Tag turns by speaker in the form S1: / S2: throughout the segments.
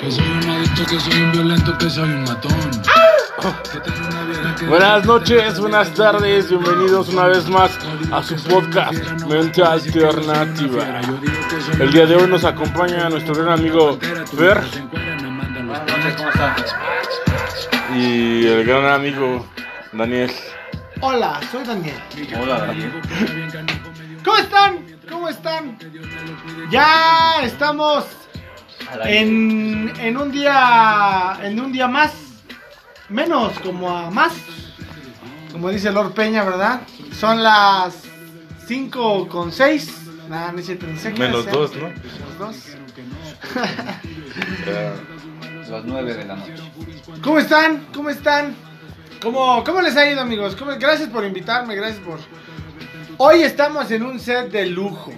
S1: Que soy un adicto, que soy un violento, que soy un matón. Que tengo una vida que-
S2: Buenas noches, buenas tardes, bienvenidos una vez más a su podcast Mente Alternativa. El día de hoy nos acompaña nuestro gran amigo Fer
S3: Buenas noches, ¿cómo estás?
S2: y el gran amigo Daniel.
S4: Hola, soy Daniel.
S3: Hola, Daniel.
S4: ¿Cómo están? ¿Cómo están? Ya estamos
S3: Al aire.
S4: en, en un día en un día más menos como a más como dice Lord Peña, ¿verdad? Son las 5 con 6. Nah, no es cierto, no sé qué
S2: Menos
S4: sea.
S2: dos, ¿no?
S4: Menos dos.
S3: Las 9 de la noche.
S4: ¿Cómo están? ¿Cómo están? ¿Cómo, cómo les ha ido, amigos? ¿Cómo- Gracias por invitarme, gracias por... Hoy estamos en un set de lujo.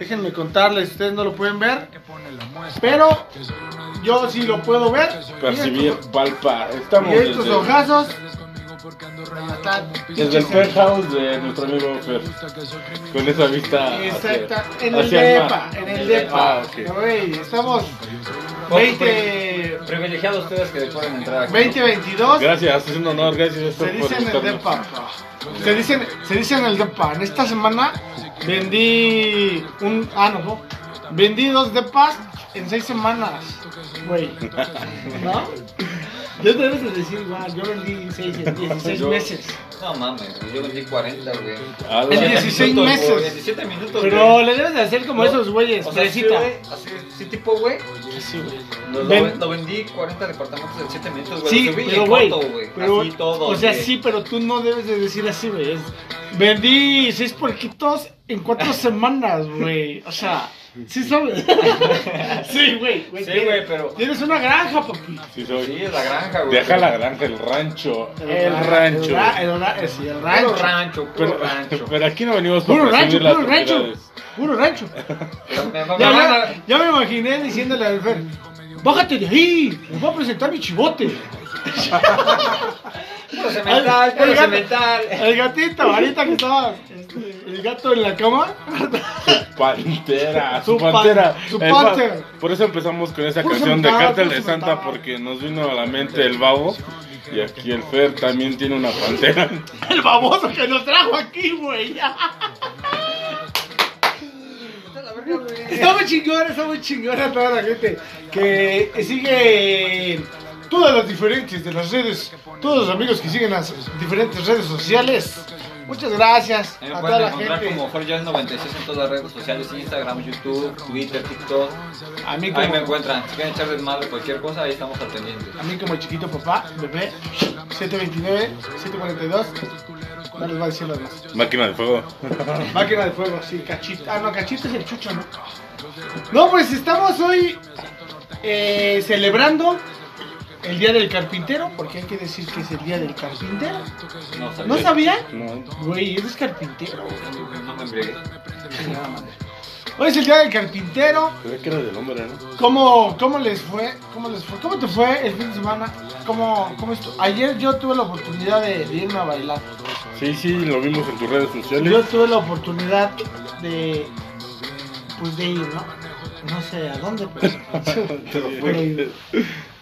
S4: Déjenme contarles, ustedes no lo pueden ver, pero yo sí lo puedo ver.
S2: Percibir, palpar. Estamos
S4: Y estos
S2: desde,
S4: ojazos.
S2: desde el penthouse de nuestro amigo Fer. Con esa vista. hacia-
S4: Exacta, en el
S2: hacia el
S4: DEPA,
S2: mar.
S4: en el DEPA.
S2: Ah, ok.
S4: Güey, estamos 20,
S3: Privilegiados ustedes que pueden entrar aquí.
S4: 2022.
S2: Gracias, es un honor, gracias
S4: Se
S2: Fer, por
S4: dice en el
S2: visitarnos.
S4: depa. Se dice, se dice en el depa. En esta semana vendí un. Ah, no, no. Vendí dos depas en seis semanas. Güey. ¿No? Yo te debes de decir, guau, yo vendí seis en 16
S2: Yo-
S4: meses.
S3: No mames, güey, yo vendí 40, güey.
S2: Ala.
S4: En 16
S3: Minutos,
S4: meses.
S3: güey, 17 minutos.
S4: Pero
S3: güey.
S4: le debes de hacer como
S3: No,
S4: esos güeyes,
S3: O sea, sí,
S4: Teresita.
S3: güey, así, sí, tipo, güey.
S4: Sí, güey.
S3: Lo, lo-
S4: Ven.
S3: lo vendí 40 departamentos en 7 minutos, güey.
S4: Sí,
S3: Lo subí en
S4: pero güey,
S3: corto, güey.
S4: pero-
S3: Así todo.
S4: o sea,
S3: güey.
S4: sí, pero tú no debes de decir así, güey. es- Vendí seis puerquitos en cuatro semanas, güey. O sea, sí sabes. sí, güey.
S3: Sí,
S4: tienes-
S3: güey, pero-
S4: Tienes una granja, papi.
S2: Sí, soy.
S3: Sí, es la granja, güey.
S2: Deja la granja, el rancho.
S4: El, ra- el ra- eh, sí, el
S3: Puro
S4: rancho.
S3: rancho,
S2: Pero,
S3: puro rancho.
S2: pero aquí no venimos
S4: Puro
S2: para
S4: rancho,
S2: presumir las
S4: puro rancho.
S2: propiedades.
S4: Puro rancho.
S3: Pero me- me-
S4: Ya,
S3: me van a-
S4: ya- ya me imaginé diciéndole al Fer, bájate de ahí, les voy a presentar mi chivote.
S3: Puro cemental,
S4: El
S3: puro
S4: gato-
S3: cemental.
S4: El gatito, ahorita que estaba este, el gato en la cama.
S2: Pantera, su
S4: Su pan-
S2: pantera.
S4: su
S2: El ba-
S4: pantera.
S2: Por eso empezamos con esa
S4: Por
S2: canción de
S4: Santa,
S2: Cártel
S4: por
S2: de
S4: Santa.
S2: Santa, porque nos vino a la mente el babo. Y aquí el Fer también tiene una pantera.
S4: El baboso que nos trajo aquí, güey.
S3: Puta la verga, güey.
S4: Está muy chingona, está muy chingona toda la gente que sigue todas las diferentes de las redes, todos los amigos que siguen las diferentes redes sociales. Muchas gracias
S3: Me
S4: a toda
S3: pueden
S4: la
S3: encontrar
S4: gente.
S3: como Jorge 96 en todas las redes sociales, Instagram, YouTube, Twitter, TikTok.
S4: A mí
S3: Ahí me
S4: como,
S3: encuentran. Si quieren echar desmadre cualquier cosa, ahí estamos al pendiente.
S4: a mí como chiquito papá, bebé, 729, 742. No les voy a decir las demás.
S2: Máquina de fuego.
S4: Máquina de fuego, sí, cachita. Ah, no, cachita es el chucho, ¿no? No, pues estamos hoy eh, celebrando el Día del Carpintero, porque hay que decir que es el Día del Carpintero.
S3: No sabía.
S4: ¿No sabía?
S2: No.
S4: Güey, eres carpintero. güey.
S3: No me embriagué. Chingada madre.
S4: Hoy es el Día del Carpintero.
S2: Creía que era del hombre, ¿no?
S4: ¿Cómo, cómo les fue? ¿Cómo les fue? ¿Cómo te fue el fin de semana? ¿Cómo, cómo estu- Ayer yo tuve la oportunidad de de irme a bailar.
S2: Sí, sí, lo vimos en tus redes
S4: Yo
S2: sociales.
S4: tuve la oportunidad de. Pues de ir, ¿no? No sé a dónde, pero. pero ir.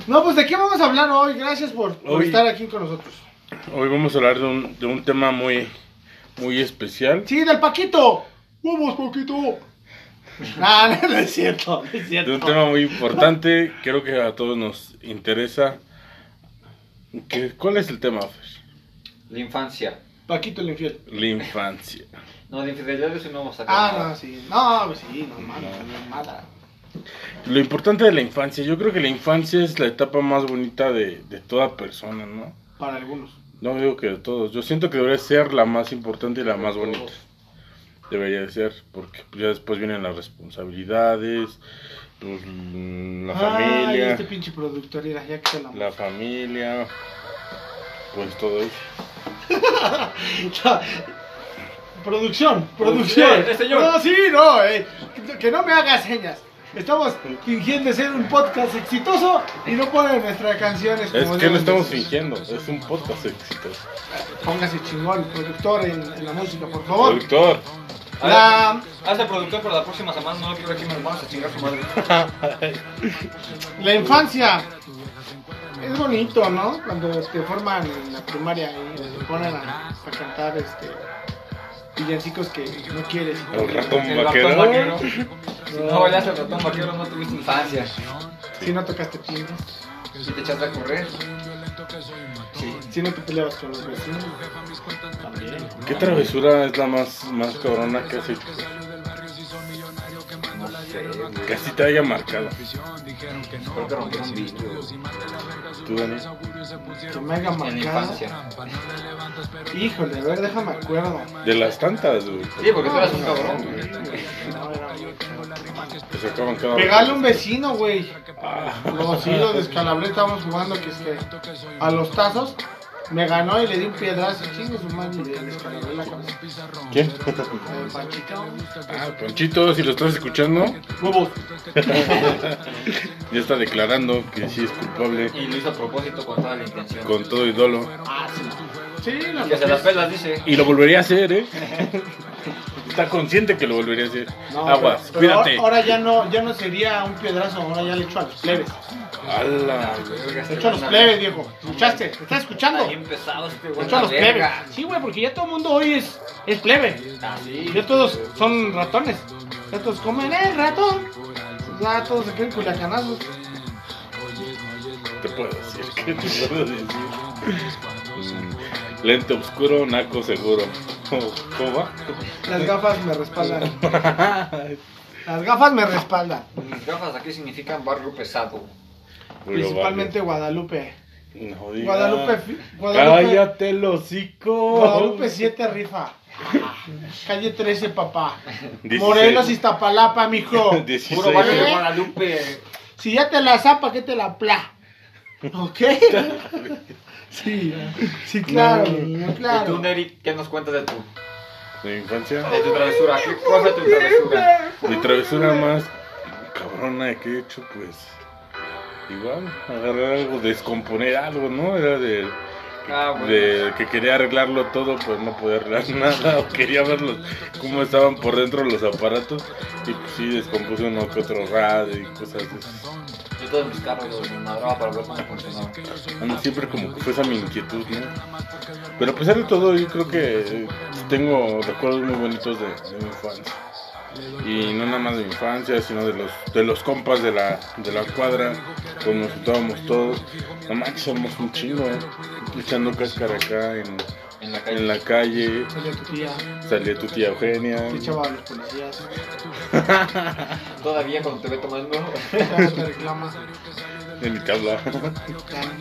S4: No, pues de qué vamos a hablar hoy. Gracias por, por
S2: Hoy-
S4: estar aquí con nosotros.
S2: Hoy vamos a hablar de un, de un tema muy, muy especial.
S4: Sí, del Paquito. ¡Vamos, Paquito! Nah, no, no es cierto, no es
S2: De un
S4: cierto.
S2: tema muy importante. Creo que a todos nos interesa. ¿Qué- ¿Cuál es el tema, Fer?
S3: La infancia.
S4: Paquito el infiel.
S2: La infancia.
S3: No, de infidelidades sí no vamos a
S4: Ah,
S3: hablar.
S4: no, sí. No, pues sí, no mames, no mala.
S2: Lo importante de la infancia, yo creo que la infancia es la etapa más bonita de, de toda persona, ¿no?
S4: Para algunos.
S2: No digo que de todos, yo siento que debería ser la más importante y la más bonita. Debería de ser, porque ya después vienen las responsabilidades, pues, mm, la
S4: Ay,
S2: familia,
S4: este pinche productor, mira, ya que se la
S2: la familia, pues todo eso.
S4: Producción, producción.
S3: Producción, eh, señor.
S4: No, sí, no, eh, que- que no me hagas señas. Estamos fingiendo ser un podcast exitoso y no ponen nuestras canciones.
S2: Es
S4: como
S2: que no
S4: deben de
S2: estamos
S4: ser.
S2: fingiendo, es un podcast exitoso.
S4: Póngase chingón, productor, en, en la música, por favor.
S2: Productor,
S3: Ah,
S4: La,
S3: Haz el productor para la próxima semana. No quiero aquí, me lo vamos a chingar su madre.
S4: La infancia. Es bonito, ¿no? Cuando te forman en la primaria y te ponen a, a cantar este villancicos que no quieres.
S2: El ratón
S3: El ratón
S2: vaquero.
S3: vaquero. Si no bailaste el ratón vaquero, no tuviste infancia.
S4: Si no tocaste tiendas,
S3: Si te echaste a correr. Sí.
S4: si no te peleabas con los vecinos.
S3: También.
S2: ¿Qué travesura es la más, más cabrona que has hecho?
S3: No sé, güey.
S2: Casi te haya marcado.
S3: Creo que rompí un vidrio.
S2: Tú, Dani.
S4: Que me haga
S3: En la
S4: marcado.
S3: infancia.
S4: Híjole, a ver, déjame acuerdo.
S2: De las tantas, güey.
S3: Sí, porque tú eras un cabrón, güey.
S4: No, era muy cabrón.
S2: Que se acaban cada
S4: Pegarle un vecino, güey.
S2: Ah,
S4: Los sí, los descalabré, estábamos jugando que este, a los tazos. Me ganó y le di un piedrazo, chingue su madre, y le descalabré la cabeza.
S2: ¿Quién?
S4: Eh, Panchito.
S2: Ah, Ponchito, si lo estás escuchando,
S4: Huevos.
S2: ya está declarando que sí es culpable
S3: Y lo hizo a propósito con toda la intención.
S2: con todo y dolo.
S4: Ah, sí. Sí, la
S3: Que se las pelas, dice.
S2: Y lo volvería a hacer, ¿eh? Está consciente que lo volvería a hacer.
S4: No,
S2: Aguas,
S4: pero- pero
S2: cuídate.
S4: Ahora ya no, ya no sería un piedrazo, ahora ya le echo a los plebes.
S2: Ala,
S4: Le echo a los plebes, viejo. ¿Escuchaste? ¿Me estás escuchando?
S3: Ahí empezaba este
S4: Le
S3: güey.
S4: echo a Pues los
S3: la verga.
S4: plebes. Sí, güey, porque ya todo el mundo hoy es, es plebe.
S3: Ah, sí.
S4: Ya todos son ratones. Ya todos comen, eh, ratón. Ya todos se quedan culiacanazos.
S2: te puedo decir, ¿qué te puedo decir? Mm, Lente oscuro, naco seguro. ¿Cómo va?
S4: Las gafas me respaldan. Las gafas me respaldan.
S3: Mis gafas aquí significan barrio pesado.
S4: Principalmente Guadalupe.
S2: No digas.
S4: Guadalupe fi- Guadalupe-
S2: Cállate el hocico.
S4: Guadalupe 7 rifa. Calle 13, papá.
S2: Dieciséis.
S4: Morelos, Iztapalapa, mijo.
S2: Dieciséis.
S3: Puro barrio de
S4: ¿Eh?
S3: Guadalupe.
S4: Si ya te la zapa, que te la pla. ¿Ok? Sí, sí, claro, niño,
S3: ¿Y tú,
S4: claro.
S3: Neri, qué nos cuentas de tu,
S2: De infancia.
S3: de tu travesura? ¿Qué cosa es tu travesura?
S2: Mi travesura más cabrona que he hecho, pues. Igual, agarrar algo, descomponer algo, ¿no? Era de.
S3: Ah, bueno.
S2: de que quería arreglarlo todo, pues no podía arreglar nada, o quería ver los- cómo estaban por dentro los aparatos, y pues sí, descompuse uno que otro radio y cosas de esas.
S3: Yo todos mis carros los desmadraba para ver cómo funcionaba.
S2: Ando siempre como que fue esa mi inquietud, ¿no? Pero a pesar de todo, yo creo que eh, tengo recuerdos muy bonitos de, de mi infancia. Y no nada más de mi infancia, sino de los, de los compas de la, de la cuadra, donde nos juntábamos todos. No manches, somos un chingo, ¿eh? echando cáscara acá en,
S3: En la calle.
S2: en la calle.
S4: Salió tu tía,
S2: Salía tu tía Eugenia.
S4: te echaba a los policías.
S3: Todavía cuando te ve tomando.
S4: Te te reclama.
S2: de mi tabla.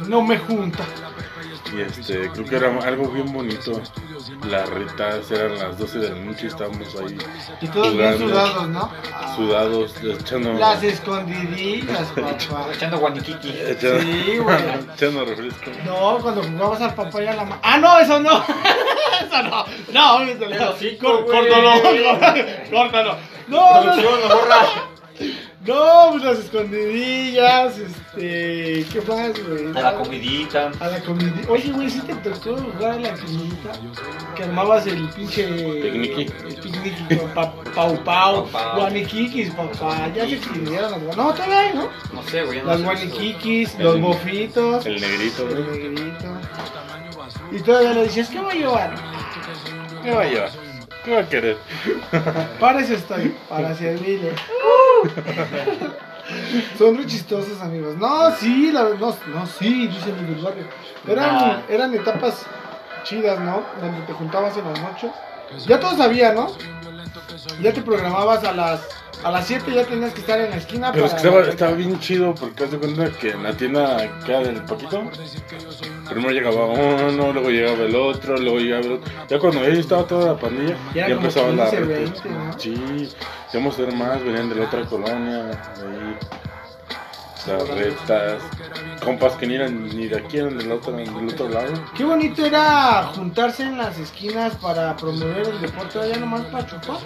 S4: No me junta.
S2: Y este, creo que era algo bien bonito. Las retas eran las 12 de la noche y estábamos ahí
S4: Y todos bien
S2: Jugando.
S4: sudados, ¿no?
S2: sudados, echando,
S4: Las escondidillas, papá.
S3: Echando guaniquiqui.
S2: echando,
S4: Sí, güey.
S2: echando refresco.
S4: No, cuando jugabas al papá y a la mamá. ¡Ah, no! ¡Eso no! ¡Eso no! ¡No! ¡Eso
S3: El
S4: no!
S3: hocico,
S4: Cór-
S3: güey.
S4: ¡Córtalo! ¡Córtalo! ¡No! no,
S3: Producción,
S4: no.
S3: la borra.
S4: No, pues las escondidillas, este... ¿Qué más, güey?
S3: A la comidita.
S4: A la comidita. Oye, güey, ¿sí te tocó jugar a la comidita? Que armabas el pinche...
S2: Picniqui.
S4: El picniqui con pa- pau pau,
S3: Pau pau.
S4: guaniquiquis, papá. Ya se extinguieron las guan... No, todavía hay, ¿no?
S3: No sé, güey. ya no
S4: Las
S3: sé
S4: guaniquiquis, los mofitos.
S2: El negrito,
S4: El
S2: ¿no?
S4: negrito. Y todavía le decías, ¿qué voy a llevar?
S2: ¿Qué va a llevar? ¿Qué va a querer?
S4: Para eso estoy, para servirle. Son muy chistosos, amigos. No, sí, la verdad, no, no, sí, dicen en el barrio. Eran,
S3: Nah.
S4: eran etapas chidas, ¿no? Donde te juntabas en las noches. Ya todos sabían, ¿no? Ya te programabas a las a las 7 ya tenías que estar en la esquina
S2: Pero es que
S4: para-
S2: estaba, estaba bien chido porque haz de cuenta que en la tienda acá del Paquito, primero llegaba uno, luego llegaba el otro, luego llegaba el otro. Ya cuando ahí estaba toda la pandilla,
S4: Ya
S2: ya,
S4: era como
S2: empezaban las
S4: 15,
S2: retas.
S4: 20, ¿no?
S2: Sí, íbamos a ser más, venían de la otra colonia, de ahí. Las retas, compas que ni eran ni de aquí, eran del otro, del otro lado.
S4: Qué bonito era juntarse en las esquinas para promover el deporte allá nomás para chupar.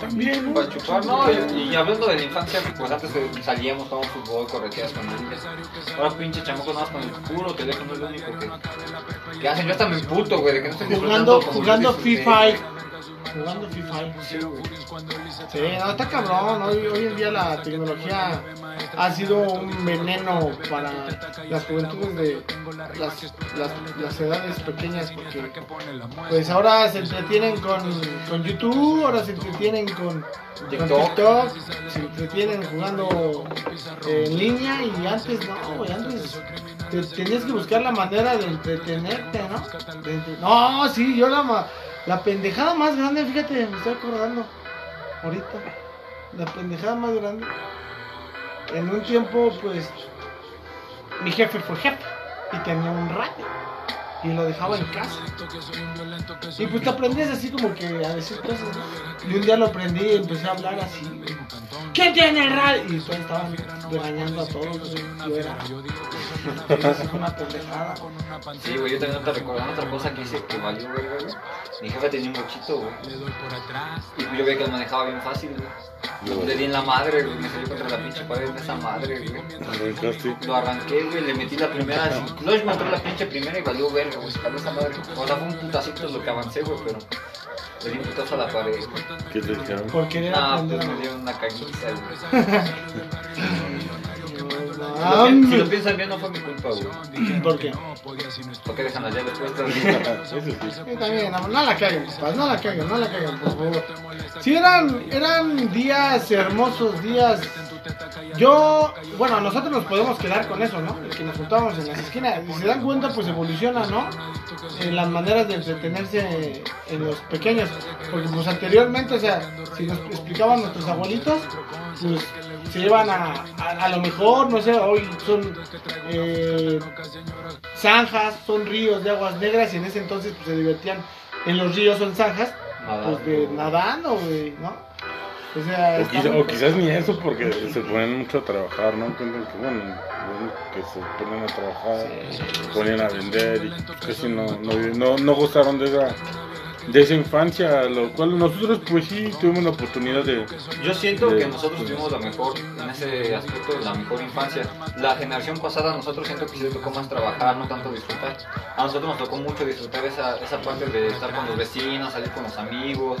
S2: También,
S3: Para chupar, no, y, y hablando de la infancia, pues antes que salíamos, jugábamos fútbol, correteas con antes. Ahora pinche chamacos nada más con el puro teléfono es lo único que, que hacen. Yo hasta me puto, güey, de que no estoy
S4: Jugando,
S3: disfrutando como
S4: jugando
S3: yo disfruté.
S4: FIFA. jugando FIFA. Sí, güey. Sí, no, está cabrón. Hoy, hoy en día la tecnología ha sido un veneno para las juventudes de las, las, las edades pequeñas. Porque pues ahora se entretienen con, con YouTube, ahora se entretienen con, con
S3: TikTok.
S4: TikTok, se entretienen jugando eh, en línea y antes no, güey, antes te- tenías que buscar la manera de entretenerte, ¿no? De entre- No, sí, yo la, ma- la pendejada más grande, fíjate, me estoy acordando ahorita. La pendejada más grande. En un tiempo, pues, mi jefe fue jefe y tenía un radio y lo dejaba en casa. Y pues te aprendes así como que a decir cosas. ¿no? Y un día lo aprendí y empecé a hablar así. ¿Quién tiene el radio? Y todos estaban regañando a todos. Yo era. Eso fue una pendejada.
S3: Sí, güey, yo también te recordaba otra cosa que hice que valió, güey, güey. Mi jefe tenía un bochito, güey. Y pues yo veía que lo manejaba bien fácil, güey. Le di en la madre, güey. Me salió contra la pinche pared de esa madre, güey.
S2: Arrancaste.
S3: Lo arranqué, güey, le metí la primera. así, Clutch mató la pinche primera y valió verga, güey. Se paró esa madre. O sea, fue un putacito lo que avancé, güey, pero. Le di un putazo a la pared, güey.
S2: ¿Qué te dijeron?
S4: Por querer
S3: Nah,
S4: aprender.
S3: pues me
S4: algo.
S3: dieron una cañiza, güey.
S4: No,
S3: Si lo
S4: Ah, hombre.
S3: piensan bien, no fue mi culpa, güey.
S4: ¿Por qué?
S3: ¿Por qué dejan las llaves puestas?
S2: Eso sí.
S4: Sí, también, no, no la caguen, papás, no la caguen, no la caguen, por favor. Sí, eran, eran días hermosos, días. Yo, bueno, nosotros nos podemos quedar con eso, ¿no? Que nos juntábamos en las esquinas. Y si se dan cuenta, pues evoluciona, ¿no? En las maneras de entretenerse en los pequeños. Porque, pues anteriormente, o sea, si nos explicaban nuestros abuelitos, pues se llevan a, a, a lo mejor, no sé, hoy son eh, zanjas, son ríos de aguas negras y en ese entonces pues, se divertían en los ríos o en zanjas, pues de nadando, güey, ¿no? O sea,
S2: O,
S4: está
S2: quizá-
S4: muy-
S2: o quizás ni eso porque se ponen mucho a trabajar, ¿no? Cuentan que, bueno, bueno, que se ponen a trabajar, se ponen a vender y casi no, no, no, no gozaron de esa, de esa infancia, lo cual nosotros pues sí tuvimos la oportunidad de...
S3: Yo siento que nosotros tuvimos la mejor, en ese aspecto, la mejor infancia. La generación pasada, nosotros siento que sí les tocó más trabajar, no tanto disfrutar. A nosotros nos tocó mucho disfrutar esa, esa parte de estar con los vecinos, salir con los amigos.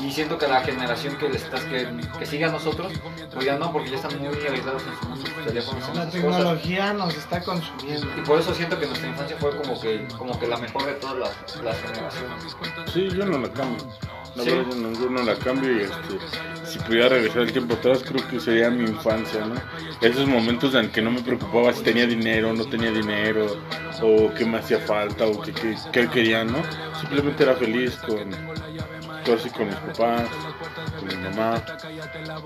S3: Y siento que la generación que, les estás, que, que sigue a nosotros, pues ya no, porque ya están muy aislados en su mundo, sus teléfonos, en
S4: la
S3: esas cosas.
S4: tecnología nos está consumiendo.
S3: Y por eso siento que nuestra infancia fue como que, como que la mejor de todas las, las generaciones.
S2: Sí, yo no la cambio. La
S3: Sí.
S2: verdad, yo no, yo no la cambio y este, si pudiera regresar el tiempo atrás, creo que sería mi infancia, ¿no? Esos momentos en que no me preocupaba si tenía dinero o no tenía dinero, o qué me hacía falta, o qué, qué, qué quería, ¿no? Simplemente era feliz con, con, así con mis papás, con mi mamá,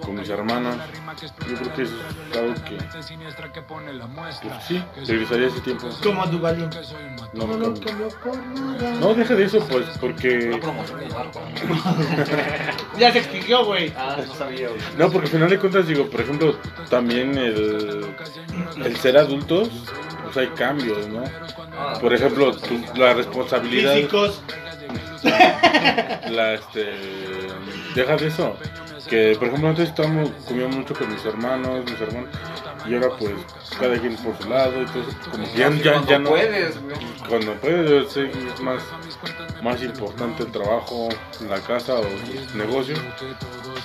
S2: con mis hermanas. Yo creo que eso es algo que. pues sí, regresaría a ese tiempo.
S4: Como Duvalín.
S2: No,
S4: No
S2: lo
S4: lo
S2: cambio.
S4: cambió por nada.
S2: no, deja de eso, pues, porque.
S3: No promoción del barco.
S4: Ya se extinguió, güey.
S3: Ah, no sabía, güey.
S2: No, porque al final de cuentas, digo, por ejemplo, también el, el ser adultos, pues hay cambios, ¿no?
S3: Ah,
S2: Por ejemplo, tu- la responsabilidad,
S4: Físicos.
S2: la, este, deja de eso. Que, por ejemplo, antes estábamos, comíamos mucho con mis hermanos, mis hermanos, y ahora pues cada quien por su lado, entonces como que ya,
S3: No, si
S2: ya,
S3: cuando
S2: ya no...
S3: puedes, güey.
S2: Cuando puedes, sí, es más, más importante el trabajo, la casa o el negocio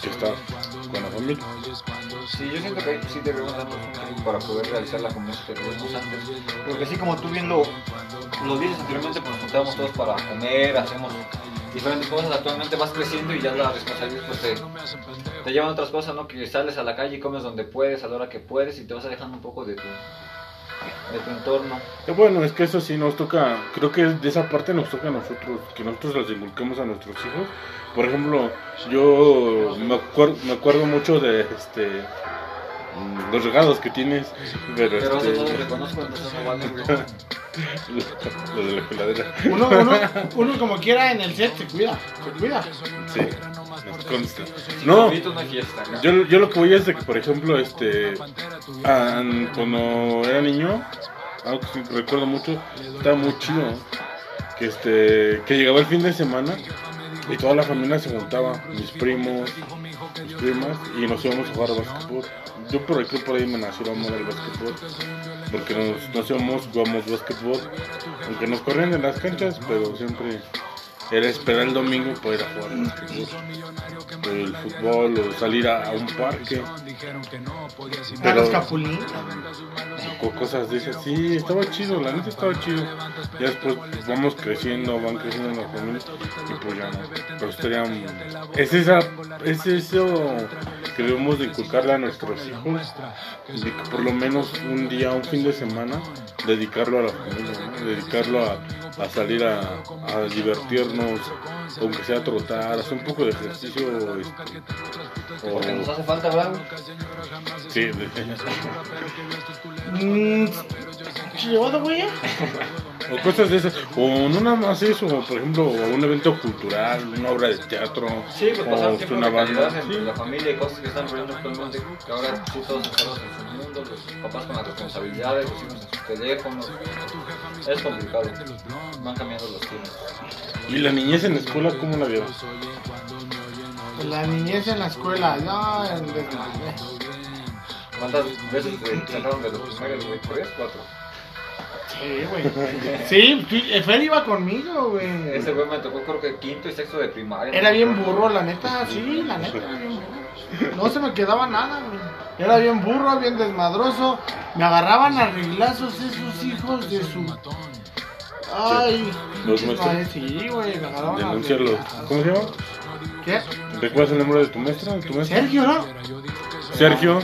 S2: que estar con la familia.
S3: Sí, yo siento que ahí sí debemos darnos un tiempo para poder realizar la comida que tuvimos antes. Porque sí, como tú bien lo, lo dices anteriormente, pues nos juntábamos todos para comer, hacemos diferentes cosas. Actualmente vas creciendo y ya las responsabilidades pues, te, te llevan a otras cosas, ¿no? Que sales a la calle y comes donde puedes, a la hora que puedes y te vas alejando un poco de tu, de tu entorno.
S2: Eh, Bueno, es que eso sí nos toca, creo que de esa parte nos toca a nosotros, que nosotros las inculquemos a nuestros hijos. Por ejemplo, yo me, acuer- me acuerdo mucho de este mm, los regalos que tienes, pero,
S3: Pero
S2: este,
S3: eso no lo reconozco, entonces no vale, güey.
S2: los de la heladera,
S4: Uno, uno, uno como quiera en el set se cuida. Se cuida.
S2: sí, nos consta.
S3: Sin
S2: No,
S3: gorrito no hay fiesta, güey.
S2: yo, yo lo que voy es de que, por ejemplo, este, an- Ah, cuando era niño, algo que sí recuerdo mucho, estaba muy chido, que este, que llegaba el fin de semana y toda la familia se juntaba, mis primos, mis primas, y nos íbamos a jugar a básquetbol. Yo por aquí por ahí me nació el amor al básquetbol, porque nos, nos íbamos, jugamos básquetbol, aunque nos corrían en las canchas, pero siempre era esperar el domingo para ir a jugar al fútbol. el fútbol o salir a, a un parque.
S4: A los
S2: Pero
S4: Capulín.
S2: co- cosas de esas, sí, estaba chido, la neta estaba chido. Ya después pues, vamos creciendo, van creciendo las familias y pues ya no. Pero estaría, es, esa, es eso que debemos de inculcarle a nuestros hijos, de que por lo menos un día, un fin de semana, dedicarlo a la familia, ¿no? dedicarlo a, a salir a, a divertirnos, aunque sea trotar, hacer un poco de ejercicio. este,
S3: Porque nos
S2: o,
S3: hace falta, ¿verdad?
S2: sí, de-
S4: Mm, Chido, güey.
S2: O cosas de esas. O no nada más eso, o por ejemplo, un evento cultural, una obra de teatro.
S3: Sí, pues pasar
S2: o
S3: tiempo
S2: Este, una
S3: de
S2: banda.
S3: calidad entre
S2: Sí.
S3: la familia y cosas que están poniendo actualmente, que ahora sí todos estamos en su mundo, los papás con las responsabilidades, los hijos en sus teléfonos. Es complicado. Van cambiando los tiempos.
S2: Y la niñez en la escuela, ¿cómo la vieron?
S4: La niñez en la escuela. No, en desmadre.
S3: ¿Cuántas veces te sacaron de los primarios, güey? ¿Tres? ¿Cuatro?
S4: Sí, güey. Sí, fui- eh, Fer iba conmigo, güey.
S3: Ese güey me tocó creo que quinto y sexto de primaria.
S4: Era bien burro, la neta, sí, la neta, era bien burro. No se me quedaba nada, güey. Era bien burro, bien desmadroso. Me agarraban a reglazos esos hijos de su. Ay,
S2: Los maestros.
S4: pinches madres, Sí, güey, me
S3: Ah,
S4: agarraban a
S2: Denunciarlos.
S4: reglazos.
S2: ¿Cómo se llama?
S4: ¿Qué?
S2: ¿Recuerdas el nombre de tu maestra? de tu maestra?
S4: Sergio, ¿no?
S2: Sergio,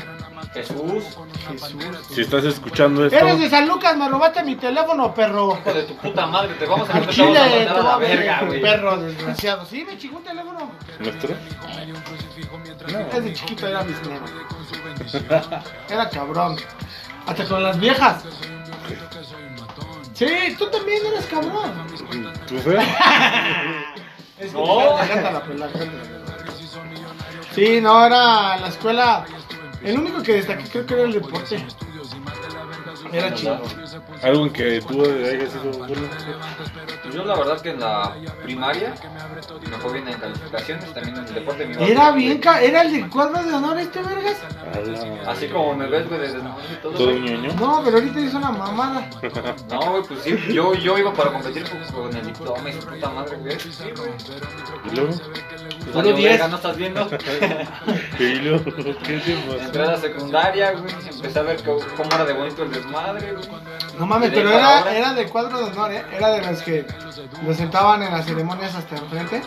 S3: Jesús,
S4: Jesús.
S2: si estás escuchando esto,
S4: Eres de San Lucas, me robaste mi teléfono, perro.
S3: hijo de tu puta madre, te vamos a
S4: Al
S3: meter, te vamos a
S4: chile,
S3: mandar
S4: te
S3: a
S4: va
S3: la
S4: a
S3: verga,
S4: ver,
S3: güey.
S4: perro desgraciado. Sí, me chingó un teléfono.
S2: ¿nuestro?
S4: Desde chiquito era biznero. Era cabrón. Hasta con las viejas. Sí, tú también eres cabrón.
S2: ¿Tú sabes?
S4: Es
S3: No.
S4: me encanta la pelada. Sí, no, era la escuela. El único que destaqué creo que era el deporte. Era chido.
S2: Algo en que tú hayas sido bueno.
S3: Pues Yo la verdad que en la primaria me fue bien en calificaciones, también en el deporte me iba
S4: Era bien, ca- era el del cuadro de honor este, vergas.
S2: Ala.
S3: Así como me ves, güey, desde el momento y todo.
S2: Ah, ¿Todo
S3: güey.
S2: ñoño?
S4: No, pero ahorita hizo una mamada.
S3: No, güey, pues sí, yo, yo iba para competir con, con el diploma y su puta madre, güey. Sí, güey.
S2: ¿Y luego?
S3: Pues,
S4: Puro
S3: valió
S4: 10.
S3: verga, ¿No estás viendo?
S2: ¿Y luego? ¿Qué tiempo?
S3: Entré a la secundaria, güey, empecé a ver cómo, cómo era de bonito el desmadre, güey.
S4: No mames,
S3: Y de
S4: pero
S3: ahí para
S4: era,
S3: ahora.
S4: era del cuadro de honor, ¿eh? Era de los que lo sentaban en las ceremonias hasta enfrente.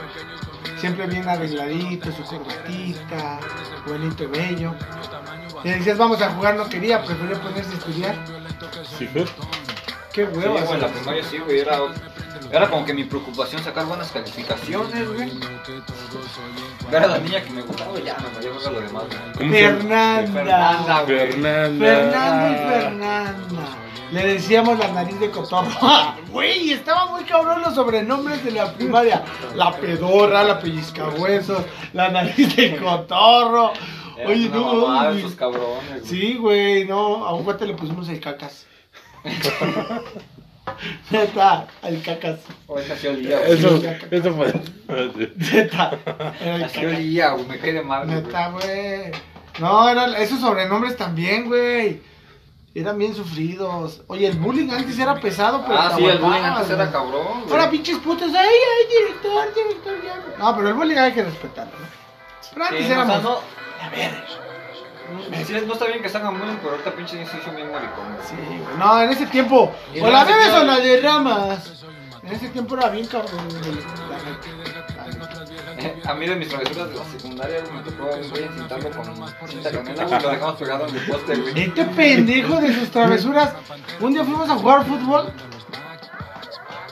S4: Siempre bien arregladito, su corbatita, bonito y bello. Y decías, vamos a jugar, no quería, prefería ponerse a estudiar.
S2: ¿Sí, Fer?
S4: Qué
S3: Sí,
S4: huevas.
S3: güey, en la primaria sí, güey, era, era como que mi preocupación sacar buenas calificaciones, güey. Era la niña que me gustaba y ya, me valió verga lo demás, güey.
S2: ¿Cómo se llama?
S4: Fernanda.
S3: Fernanda, güey.
S2: Fernanda.
S4: Fernanda y Fernanda. Le decíamos la nariz de cotorro. Ah, Güey, estaba muy cabrón los sobrenombres de la primaria. La pedorra, la pellizcahuesos, la nariz de cotorro.
S3: Era
S4: Oye,
S3: una
S4: no.
S3: mamada de
S4: mames.
S3: esos cabrones, güey.
S4: Sí, güey, no, a un cuate le pusimos el cacas. Neta, el cacas.
S3: Ahorita sí olía, güey.
S2: Eso, eso fue.
S4: Neta, era el
S3: Así
S4: cacas.
S3: olía, güey, me quedé mal, güey.
S4: Neta, güey. No, eran esos sobrenombres también, güey. Eran bien sufridos. Oye, el bullying antes era pesado, pero
S3: Ah,
S4: te
S3: sí, el bullying
S4: aguantabas,
S3: antes era
S4: güey.
S3: cabrón, güey.
S4: Ahora pinches putos, ay, ay, director, director, ya. No, pero el bullying hay que respetarlo. ¿no? Pero antes
S3: Sí, no, o sea,
S4: éramos.
S3: no, sí, no está bien que se hagan bullying, pero ahorita pinche niños se hizo bien maricón, güey.
S4: Sí, güey. No, en ese tiempo,
S3: Y
S4: o
S3: no,
S4: la
S3: ese
S4: bebes
S3: tío-
S4: o la derramas. En ese tiempo era bien cabrón. güey, la neta, la neta.
S3: Eh, A mí de mis travesuras de la secundaria, güey, me tocó un güey encintarlo con cinta canela, güey, lo dejamos pegado en el poste, güey.
S4: Este pendejo de sus travesuras. Un día fuimos a jugar fútbol.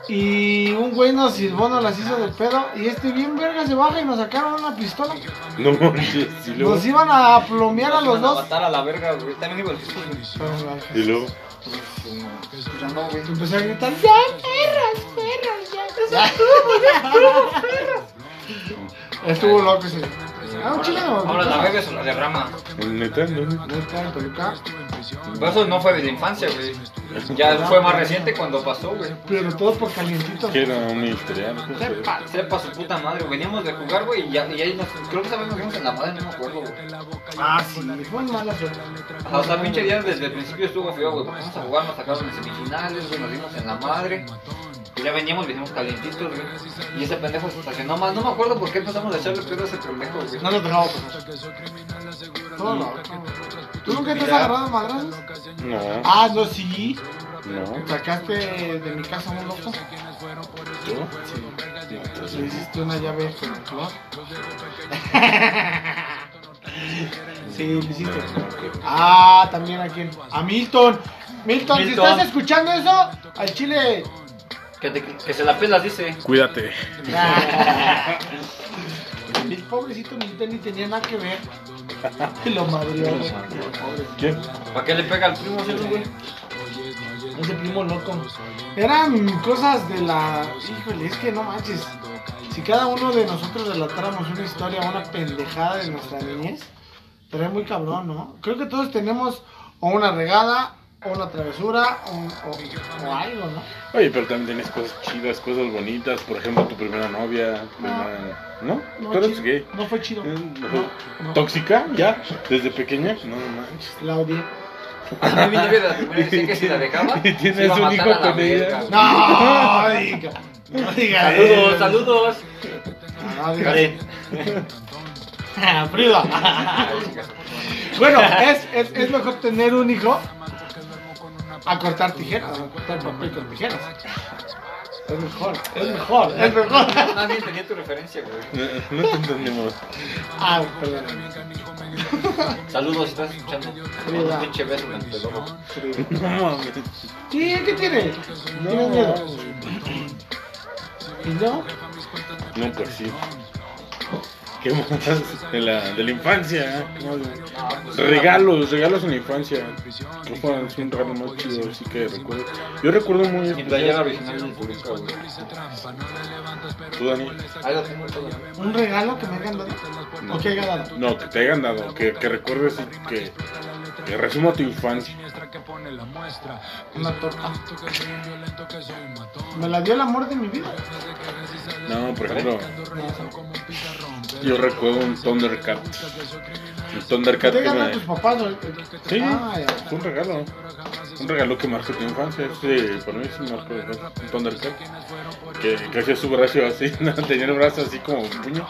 S4: Y un güey nos silbó, nos las hizo de pedo. Y este bien verga se baja y nos sacaron una pistola.
S2: No manches, y luego.
S4: Nos iban a plomear a
S3: Nos
S4: los
S3: iban
S4: dos.
S3: matar a la verga, güey. También iba el Jesús, güey.
S2: Y luego.
S3: Ya no, güey.
S4: Empecé a gritar: ¡Ya, perras, perras! ¡Ya! ¡Eso estuvo, ya estuvo, perras! Estuvo loco ese. Ah, un chile,
S3: Ahora la bebes o la derrama.
S2: Neta, no.
S4: No está en Toluca,
S3: Pero eso no fue de la infancia, güey. Ya fue más reciente cuando pasó, güey.
S4: Pero todo por calientito.
S2: Que era un ministerial.
S4: Sepa.
S3: Sepa su puta madre, veníamos de jugar, güey, y, ya- y ahí nos, creo que esa vez nos vimos en la madre, no me acuerdo, güey.
S4: Ah, sí, fue mala suerte.
S3: Ajá, O sea, pinche día desde el principio estuvo feo, güey. porque Vamos a jugar, nos sacaron en semifinales, güey, nos dimos en la madre. Y ya veníamos, le hicimos calientitos, güey. Y ese pendejo se estacionó más. No me acuerdo por qué empezamos a echarle pedo a ese pendejo, güey.
S4: No los dejaba pasar. Todo lo ¿Tú nunca te has
S3: Mira.
S4: agarrado a madrazos?
S2: No,
S4: Ah, no, sí.
S2: no.
S4: Sacaste de mi casa un loco.
S2: ¿Tú?
S4: Le hiciste una llave con el cloro. Sí, le hiciste. Ah, también a quién. A Milton. Milton, si
S3: Milton.
S4: estás escuchando eso, al chile.
S3: Que, te- que se la pelas, dice.
S2: Cuídate.
S4: El pobrecito Milton ni tenía nada que ver. Lo madrió, güey. Pobrecito.
S2: ¿Quién?
S3: ¿Para qué le pega al primo, cierto, güey?
S4: Ese primo loco. Eran cosas de la. Híjole, es que no manches. Si cada uno de nosotros relatáramos una historia, una pendejada de nuestra niñez, sería muy cabrón, ¿no? Creo que todos tenemos o una regada, o una travesura, o, o- o algo, ¿no?
S2: Oye, pero también tienes cosas chidas, cosas bonitas. Por ejemplo, tu primera novia. tu primera- ¿No?
S4: Ah. No,
S2: ¿Tú eres
S4: chido.
S2: gay?
S4: No fue chido.
S2: Mm,
S4: No, no.
S2: ¿Tóxica? ¿Ya? ¿Desde pequeña? No manches.
S4: La odié.
S3: A mí de la primera vez que si la dejaba,
S2: Y tienes
S3: se iba a
S2: un
S3: matar
S2: hijo
S3: a la
S2: con ella.
S3: verga, güey.
S4: No, diga. No diga
S3: Saludos,
S4: eso.
S3: saludos.
S4: No diga
S3: Karen.
S4: Ah, Frida. Bueno, es, es, es mejor tener un hijo a cortar tijeras, a cortar papel con tijeras. Es mejor, es mejor, es mejor.
S3: Nadie tenía tu referencia, güey.
S2: No, no te entendemos.
S4: Ah, perdón.
S3: Saludos, si estás escuchando.
S4: Frida.
S3: Un pinche beso en el pelo.
S2: No mames.
S4: Sí, ¿qué tiene? ¿Tienes miedo? ¿Y no?
S2: No, pues sí. ¿Qué más? De la, de la infancia. ¿eh? Regalos, regalos en la infancia. Que fueron sí, un regalo más chido, así que recuerdo. Yo recuerdo muy
S3: Mi
S2: especial.
S3: playera original del Purica, güey.
S2: ¿Tú, Dani?
S3: Ahí la tengo todavía.
S4: ¿Un regalo que me hayan dado? ¿O que haya dado?
S2: No, que te hayan dado, que, que recuerdes y que, que resuma tu infancia.
S4: Una torta. Me la dio el amor de mi vida.
S2: No, por ejemplo, yo recuerdo un Thundercat. Un Thundercat
S4: Te
S2: que
S4: ganan
S2: me...
S4: tus papás. ¿no?
S2: Sí,
S4: Ah, ya.
S2: fue un regalo. Un regalo que marcó tu infancia. Este, para mí es un marco de infancia. Un Thundercat. Que, que hacía su brazo así. Tenía el brazo así como un puño.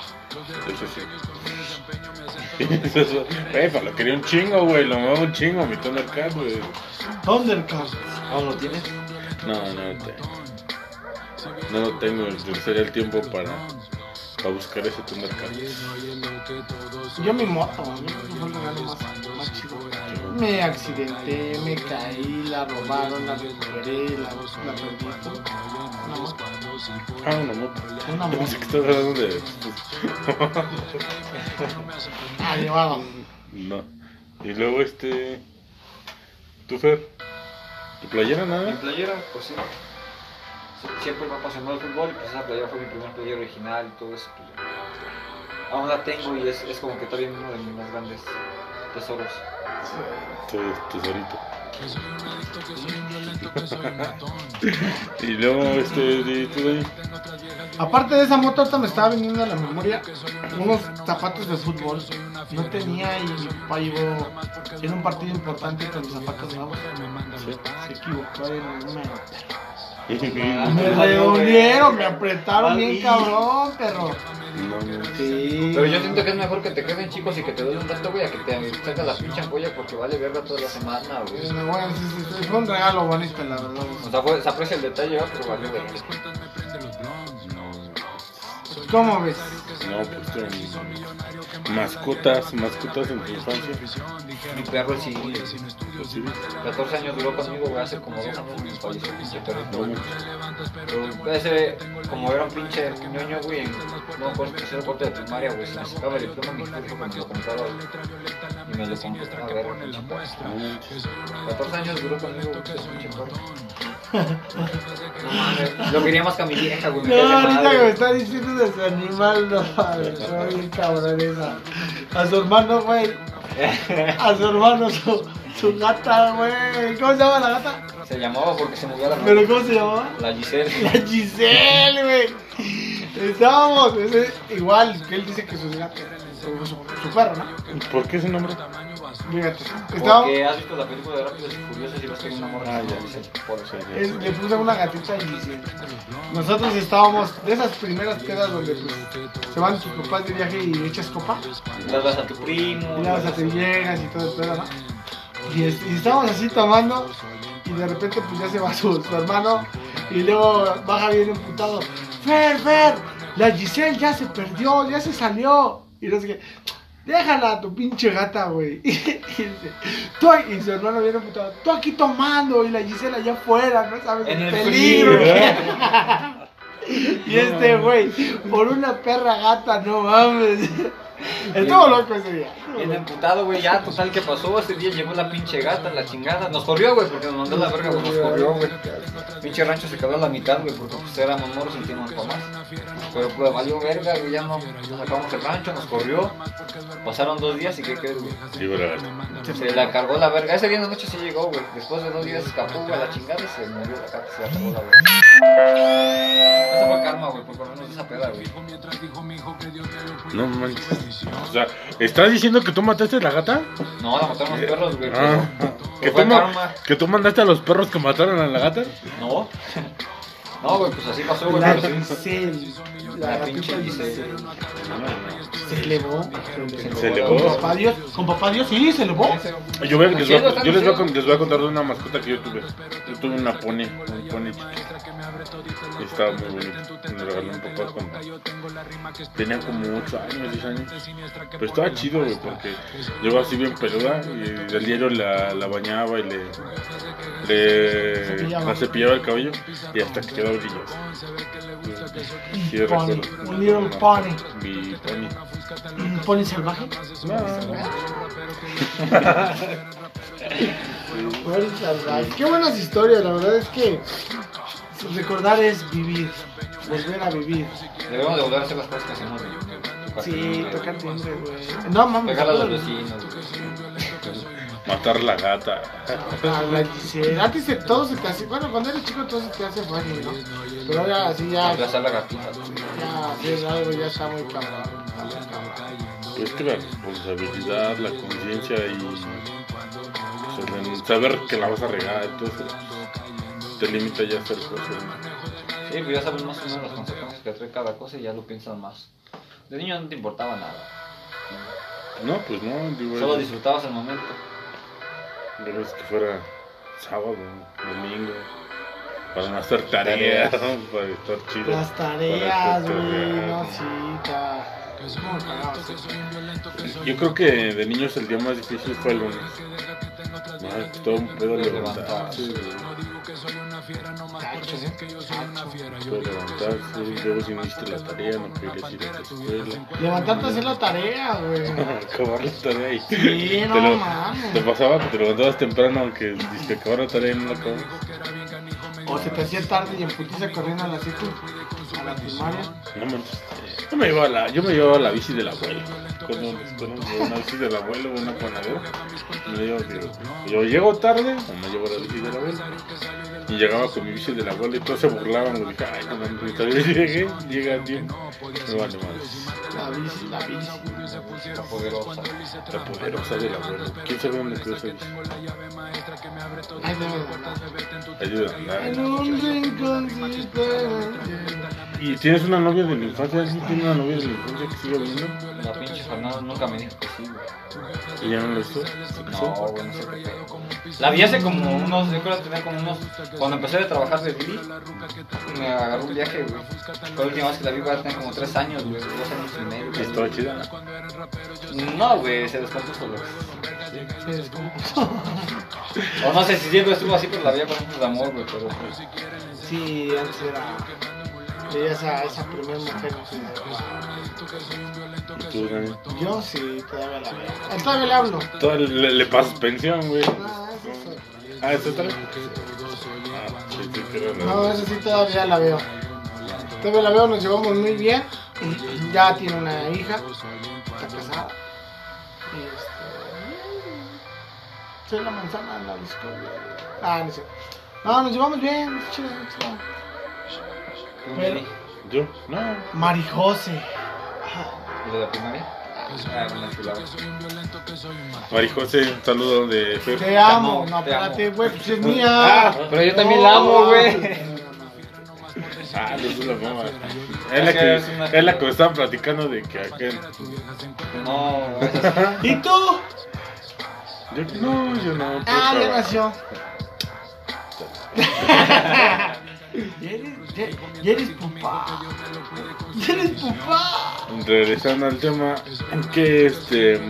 S2: Eso sí. Eso es. Güey, pa, lo quería un chingo, güey. Lo amaba un chingo, mi Thundercat, güey.
S4: Thundercat.
S3: ¿Aún lo tienes?
S2: No, no lo tengo. No lo tengo. Sería el tiempo para, para buscar ese Thundercat.
S4: Yo mi moto, ¿no? Eso fue el regalo más, más chido. Me accidenté, me caí, la robaron, la recuperé, la, la perdí. Una moto,
S2: Ah, una moto.
S4: una
S2: No
S4: moto.
S2: sé qué estás hablando de. pues,
S4: Ah, llevado.
S2: No. Y luego este. ¿Tu Fer? ¿Tu playera
S3: Mi
S2: nada?
S3: playera, pues sí. Sie- Siempre me ha apasionado el fútbol y pues esa playera fue mi primer playera original y todo eso. pues, ya. Aún la tengo y es, es como que también uno de mis más grandes tesoros.
S2: Tu tesorito. y luego este. di- ¿Tú Dani?
S4: Aparte de esa moto, ahorita me estaba viniendo a la memoria unos zapatos de fútbol. No tenía y mi papá llevó en un partido importante con mis zapatos nuevos. Se equivocó en una. Me reunieron, me apretaron bien cabrón, perro.
S2: No, no.
S4: Sí.
S3: Pero yo siento que es mejor que te queden chicos y que te duele un rato, güey, a que te sacas la pinche joya porque vale verga toda la semana, güey.
S4: Bueno, Pues, bueno, sí, sí, sí, fue un regalo bonito, la verdad.
S3: O sea, fue- se aprecia el detalle, ¿verdad? pero vale verga.
S4: ¿Cómo ves?
S2: No, pues tú, mascotas, mascotas en tu infancia.
S3: Mi perro sí,
S2: Pues, sí.
S3: 14 años duró conmigo, güey, hace como dos años y falleció el pinche perro.
S2: No, no.
S3: Pero ese, eh, como era un pinche ñoño, güey, en- no, por tercer corte de primaria, güey, se me sacaba el diploma mi hijo cuando lo compraba, güey. Y me lo compraba, a ver, pinche perro.
S2: No manches.
S3: 14 años duró conmigo, güey, ese pinche perro. No mames, lo quería más que a mi vieja, güey. me
S4: No,
S3: caía
S4: ahorita
S3: de madre.
S4: que me está diciendo de su animal, no, mames, no, bien cabrón esa. A su hermano, güey. A su hermano, su, su gata, güey. ¿Cómo se llama la gata?
S3: Se llamaba porque se movía la mano.
S4: ¿Pero cómo se llamaba?
S3: La Giselle.
S4: La Giselle, güey. Estábamos, ese- igual, que él dice que su gato, su, su- su perro, ¿no?
S2: ¿Por qué ese nombre?
S4: Fíjate. Estaba,
S3: Porque has visto la película de Rápidos y Furiosos y vas con una morra
S2: Ah,
S3: que
S2: ya.
S3: no dice por eso.
S4: es- le puse una gatita y dice, nosotros estábamos de esas primeras quedas donde pues, se van tus papás de viaje y echas copa.
S3: Las das a tu primo.
S4: Y nada, o sea, te llegas y todo el pedo, ¿no? Y, este- y estábamos así tomando y de repente pues ya se va su, su hermano y luego baja bien emputado. Fer, Fer, la Giselle ya se perdió, ya se salió. Y no sé qué. Déjala a tu pinche gata, güey. Y, dice, tú aquí- y su hermano viene emputado. Tú aquí tomando y la Giselle allá afuera, ¿no sabes?
S3: En el
S2: frío.
S4: y este güey, por una perra gata, no mames. Estuvo loco ese día.
S3: Bien emputado, güey, ya, total, ¿qué pasó? Ese día llegó la pinche gata, la chingada. Nos corrió, güey, porque nos mandó la verga, güey, nos corrió, güey. Pinche rancho se quedó a la mitad, güey, porque pues éramos morros y teníamos papás. Pero pues valió verga, güey, ya no nos sacamos el rancho, nos corrió. Pasaron dos días y ¿qué crees, güey?
S2: Sí, verdad.
S3: Se la cargó la verga. Ese día en la noche sí llegó, güey. Después de dos días escapó, güey, a la chingada y se murió la gata, se la cargó la verga. Esa fue calma, güey, por lo menos esa peda, güey.
S2: No manches. O sea, ¿estás diciendo que tú mataste a la gata?
S3: No, la mataron los perros, güey.
S2: Ah.
S3: pero-
S2: ¿Que
S3: pero
S2: tú,
S3: fue
S2: ma-
S3: karma.
S2: ¿Que tú mandaste a los perros que mataron a la gata?
S3: No. No, güey, pues así pasó, güey.
S4: La
S3: pero sí.
S4: Giselle, la,
S3: La pinche
S4: gatita
S3: dice.
S4: Giselle, se elevó.
S2: Se
S4: Con
S2: elevó.
S4: papá Dios, con papá Dios, sí, se elevó.
S2: Yo, voy a- les, voy a, yo les, voy a, con- les voy a contar de una mascota que yo tuve. Yo tuve una pony, un pony chiquito. Y Estaba muy bonito. Me lo regaló un papá cuando tenía como 8 años, 10 años. Pero estaba chido, güey, porque yo así bien peluda y del diario la, la bañaba y le, le
S4: Cepillaba.
S2: la cepillaba el cabello y hasta que quedó brillosa. Sí,
S4: Un pony,
S2: recuerdo.
S4: un little pony.
S2: Mi pony.
S4: Un pony salvaje. Pony salvaje. Qué buenas historias, la verdad es que recordar es vivir, volver a vivir.
S3: Debemos de volver a hacer las cosas que hacemos, güey.
S4: Sí, tocar timbre, güey. No mames.
S3: Pegarle a los
S4: no,
S3: vecinos, güey.
S2: Matar la gata.
S4: la- la Giselle. Antes de todo se te hace, bueno, cuando eres chico todo se te hace funny, ¿no? Pero ahora así ya, ya,
S3: Reemplazar la gatita. güey.
S4: hacer algo ya está muy cabrón. está muy cabrón.
S2: Pues que la responsabilidad, la conciencia y o sea, el saber que la vas a regar, entonces pues, te limita ya a hacer cosas. ¿no?
S3: Sí, pues ya sabes más o menos las consecuencias que trae cada cosa y ya lo piensan más. De niño no te importaba nada.
S2: No, pues no, digo,
S3: Solo
S2: es,
S3: disfrutabas el momento.
S2: digo, es que fuera sábado, domingo, para no hacer tareas, ¿no? para estar chido.
S4: Las
S2: para
S4: tareas,
S2: estar
S4: güey, no,
S2: cagado.
S4: sí, está. ¿Cómo cagados, eh?
S2: Yo creo que de niños el día más difícil fue el lunes. Madre, todo un pedo levantarse, güey.
S4: Cacho, eh, cacho.
S2: todo levantarse, luego si no hiciste la tarea, no querías ir a la escuela.
S4: Levantarte a hacer la tarea, güey.
S2: Acabar la tarea ahí.
S4: Sí, no
S2: te, lo-
S4: mames.
S2: te pasaba que te levantabas temprano aunque diste acabar la tarea y no la acabas.
S4: O se te hacía tarde y en putiza corriendo a la secu, a la primaria.
S2: No manches. Yo me llevaba la, yo me llevaba la bici del abuelo. Con, un- con un- una bici del abuelo o una panadera. Me la llevaba, digo, yo llego tarde o me llevo la bici del abuelo. Y llegaba con mi bici del abuelo y todos se burlaban. güey. Dije, ay, no mames, todavía llegué, llega a tiempo. Me vale madre.
S4: La bici, la bici.
S3: La poderosa.
S2: La poderosa del abuelo. ¿Quién sabe dónde quedó esa bici?
S4: Ay, de verdad.
S2: Ayuda. a
S4: En un rinconcito.
S2: ¿Y tienes una novia de la infancia? ¿Alguien tiene una novia de la infancia que sigue viendo?
S3: La pinche Fernanda nunca me dijo que sí, güey.
S2: ¿Y ya no lo hizo? ¿Se
S3: No,
S2: casó?
S3: güey, no sé qué pedo. La vi hace como unos, yo creo que tenía como unos. Cuando empecé a trabajar de Didi, me agarró un viaje, güey. Fue la última vez que la vi, güey, tenía como tres años, güey, dos años y medio.
S2: ¿Y
S3: güey.
S2: ¿Estaba chida?
S3: No, güey, se descompuso, güey.
S4: Se descompuso.
S3: O no sé si siempre estuvo así, pero la vi con ojos de amor, güey, pero. pues,
S4: Sí, antes era. Veías a esa primera mujer. que se daba.
S2: ¿Y tú, Dani?
S4: Yo sí, todavía la veo. Todavía le hablo.
S2: Todo le, le pasas pensión, güey.
S4: No, eso sí.
S2: Ah, ¿es otra? Ah, sí, sí, creo.
S4: No, eso sí todavía la veo. Todavía la veo, nos llevamos muy bien. Ya tiene una hija, está casada. Y este. Soy la manzana de la discordia. Ah, no sé. No, nos llevamos bien. es chido, es chido.
S3: ¿tú,
S4: Pero-
S3: Mini?
S2: ¿Yo? No.
S4: Marijose.
S3: ¿Y ¿De la primaria?
S4: Ah,
S3: Ah, bueno, es que la-
S2: Mari José, un saludo de Fer.
S4: Te amo.
S3: amo,
S4: No,
S3: te amo.
S4: espérate, güey, pues es
S3: Ah,
S4: mía.
S3: pero yo también la amo, güey.
S2: Ah, Luz de la Moma. Es la que, es la que estaban platicando de que aquel.
S3: No, esa
S4: ¿Y tú?
S2: Yo, no, yo no.
S4: Ah,
S2: puedo
S4: ya
S2: trabajar.
S4: nació. ya, eres, ya, ya eres papá. Ya eres papá.
S2: Regresando al tema, que este.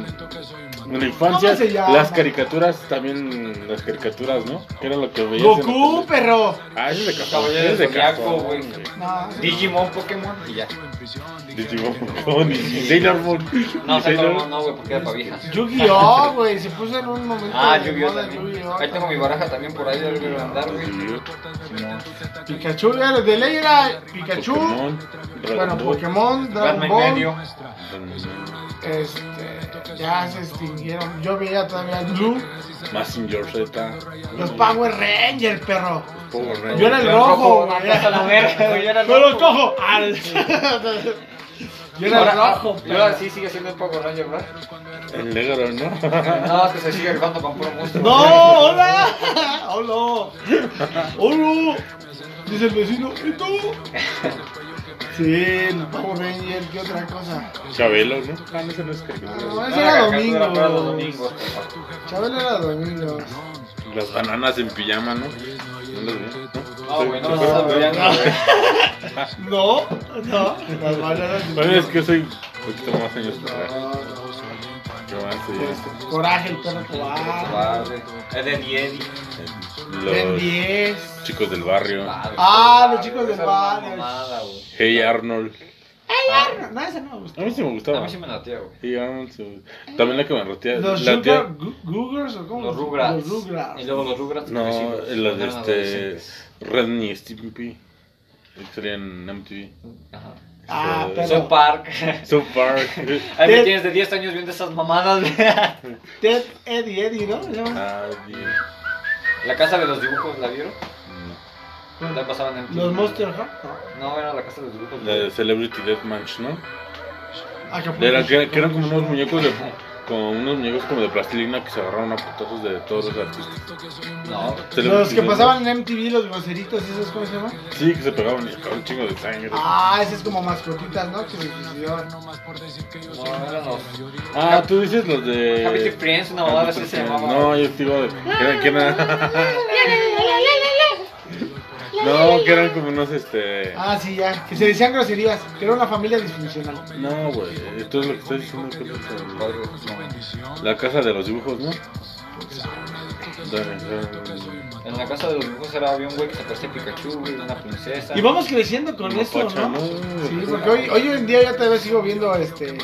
S2: En la infancia,
S4: ¿Cómo se llama?
S2: las caricaturas también, las caricaturas, ¿no? Era lo que veías. en la
S4: Goku,
S2: tele.
S4: perro.
S2: Ah, ese es de cajón.
S3: Caballero
S2: ese es de
S3: Zodiaco,
S2: cajón,
S3: güey.
S2: güey.
S4: No,
S3: es- Digimon, Pokémon y ya.
S2: Digimon, no, ni- ni Sailor Moon.
S3: No,
S2: ni Sailor-
S3: Sailor Moon no, güey, porque era para viejas.
S4: Yu-Gi-Oh, güey, se puso en un momento.
S3: Ah,
S4: de
S3: Yu-Gi-Oh
S4: moda el
S3: también.
S4: Yu-Gi-Oh.
S3: Ahí tengo mi baraja también por ahí, ya lo a andar, güey.
S2: Yu-Gi-Oh,
S4: Pikachu, era de ley era Pikachu.
S2: Pokémon,
S4: Bueno,
S2: Dragon Ball.
S4: Pokémon,
S3: Batman
S4: Dragon
S3: y
S4: Ball,
S3: medio.
S4: este, ya se extinguieron. Yo veía todavía Blue,
S2: Massinger Z.
S4: los Power Rangers, perro.
S2: Power Rangers.
S4: Yo era el rojo, güey.
S3: Hasta la verga, güey, yo era el
S4: Yo los
S3: rojo.
S4: cojo. Al- Yo era el
S3: Ahora-
S4: rojo,
S3: y ahora
S4: perro.
S3: sí sigue siendo el Power Ranger, ¿verdad?
S2: El negro, ¿no?
S3: No, es que se sigue rifando con puro monstruo.
S4: No, hola. Hola. Hola. Dice el vecino, ¿y tú? Sí, los Power Rangers, ¿qué otra cosa?
S2: Chabelo, ¿no? Ah, no, ese no es caricatura.
S4: No,
S3: Era
S4: ese era
S3: caricatura, pero los
S4: domingo.
S3: domingos, papá.
S4: Chabelo era domingo.
S2: Las bananas en pijama, ¿no? No las vi, ¿no?
S3: No, güey, Ah, no,
S2: ¿Te
S3: no,
S2: acuerdas?
S3: no, ya no, güey.
S4: No, no. Las bananas en
S2: Bueno, es que yo soy un poquito más años para atrás.
S4: No, no.
S2: ¿Qué más? Sí.
S4: Coraje, el perro cobarde.
S3: Cobarde. Es de Diedi.
S4: Ben
S2: Los
S4: 10.
S2: chicos del barrio.
S4: Ah, los chicos del
S3: Esa era
S4: barrio.
S3: una mamada, güey.
S2: Hey Arnold.
S4: Ay, no, esa no me gusta.
S2: A mí sí me
S3: A
S2: gustaba.
S3: mí sí me latía, güey.
S2: Hey Arnold. sí. También la que me rotea.
S4: Los
S2: la tía-
S4: Sugar Gu- Googers o cómo?
S3: Los Rugrats.
S4: Los Rugrats.
S3: Y luego los Rugrats.
S2: No,
S3: crecidos,
S2: los
S3: eran
S2: de este.
S3: adolescentes.
S2: Ren y Stimpy. Que salían en MTV.
S3: Ajá.
S4: Ah,
S2: Eh,
S4: pero.
S3: South Park.
S2: South Park.
S3: Ahí
S4: Ted-
S3: me tienes de 10 años viendo esas mamadas, güey.
S4: Ted, Eddie, Eddie, ¿no? ¿Se llama?
S2: Ah, sí.
S3: La casa de los dibujos, ¿la vieron? La pasaban en
S4: Ah. Los
S3: TV.
S4: Monster Hawk. ¿no?
S3: No, era la casa de los dibujos.
S2: La de Celebrity Deathmatch, ¿no?
S4: Acapulco.
S2: De la que, que eran como unos muñecos de. Como unos muñecos como de plastilina que se agarraron a putazos de todos los artistas.
S3: No.
S2: Celebrity
S4: Los que
S2: Deathmatch.
S4: pasaban en MTV, los groseritos, ¿esos cómo se llaman?
S2: Sí, que se pegaban y sacaban un chingo de sangre.
S4: Ah, esas como mascotitas, ¿no? Que se suicidaron.
S3: No, eran los.
S2: Ah, tú dices los de.
S3: Happy Friends, una mamada así se llamaba.
S2: No, yo digo de. Que eran, que eran- no, que eran como unos este.
S4: Ah, sí, ya. Que se decían groserías. Que era una familia disfuncional.
S2: No, güey. Esto es lo que estás diciendo. que es
S3: Padre, no.
S2: el- La casa de los dibujos, ¿no? Dale, dale.
S3: En la casa de los dibujos era había un güey que se parecía a Pikachu, güey, una princesa.
S4: Y vamos creciendo con
S2: Una
S4: eso,
S2: pacha,
S4: ¿no?
S2: ¿no?
S4: Sí, porque hoy, hoy en día yo todavía sigo viendo este.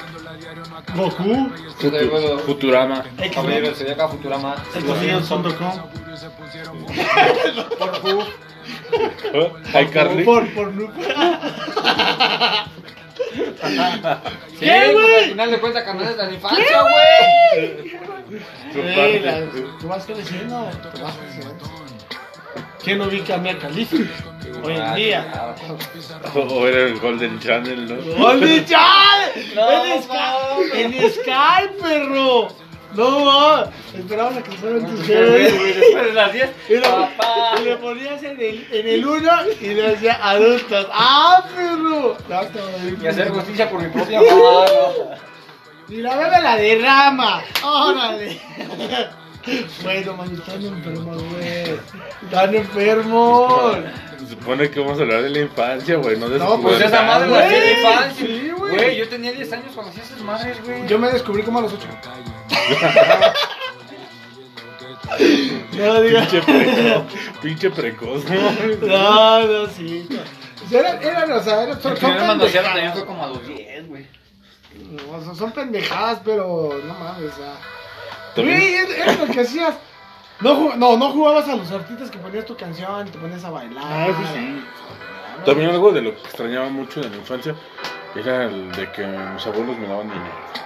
S4: Goku,
S2: Futu- Futurama.
S3: Caballero, se acá Futurama. Los Simpson.
S4: Xvideos.com.
S2: ¿Eh? Ay, Carly.
S4: Por, por, por.
S3: Sí,
S4: ¿Qué,
S3: pues,
S4: güey?
S3: Al final de cuentas, canales de la infancia, güey.
S4: Ey, la- tú vas creciendo, tú vas creciendo. ¿Quién ubica a Mia Khalifa? Hoy en
S3: Ah,
S4: día.
S3: claro.
S2: O era el Golden Channel, ¿no?
S4: ¡Golden Child!
S3: No,
S4: ¡En
S3: no.
S4: Sky! ¡En Sky, perro! ¡No, ma! Esperabas a que fueran tus
S3: Güey,
S4: jefes.
S3: Después de las 10,
S4: Y lo-
S3: papá.
S4: y le ponías en el, en el uno y le hacía adultos. ¡Ah, perro! No, te voy a ir.
S3: Y hacer justicia por mi propia mano.
S4: Y la bebé la derrama. Órale. Bueno, man, están enfermos, güey. Están enfermos.
S2: Se supone que vamos a hablar de la infancia, güey. No, de
S4: No,
S3: Pues esa madre la
S4: Güey,
S3: hacía de infancia.
S4: sí, güey.
S3: Güey, yo tenía 10 años cuando hacía esas madres, güey.
S4: Yo me descubrí como a los ocho. No, diga.
S2: Pinche precoz. Pinche precoz, ¿no?
S4: No, no, sí. O sea, eran, eran, o sea, eran, son,
S3: El
S4: son
S3: primer manoseado también
S4: pendejadas.
S3: fue como a los 10, güey.
S4: O sea, son pendejadas, pero no mames, o sea.
S2: También-
S4: Güey, es- es lo que hacías. No, ju- no, no jugabas a los artistas que ponías tu canción, te ponías a bailar.
S2: Ah, eso sí. También algo de lo que extrañaba mucho de mi infancia era el de que mis abuelos me daban dinero.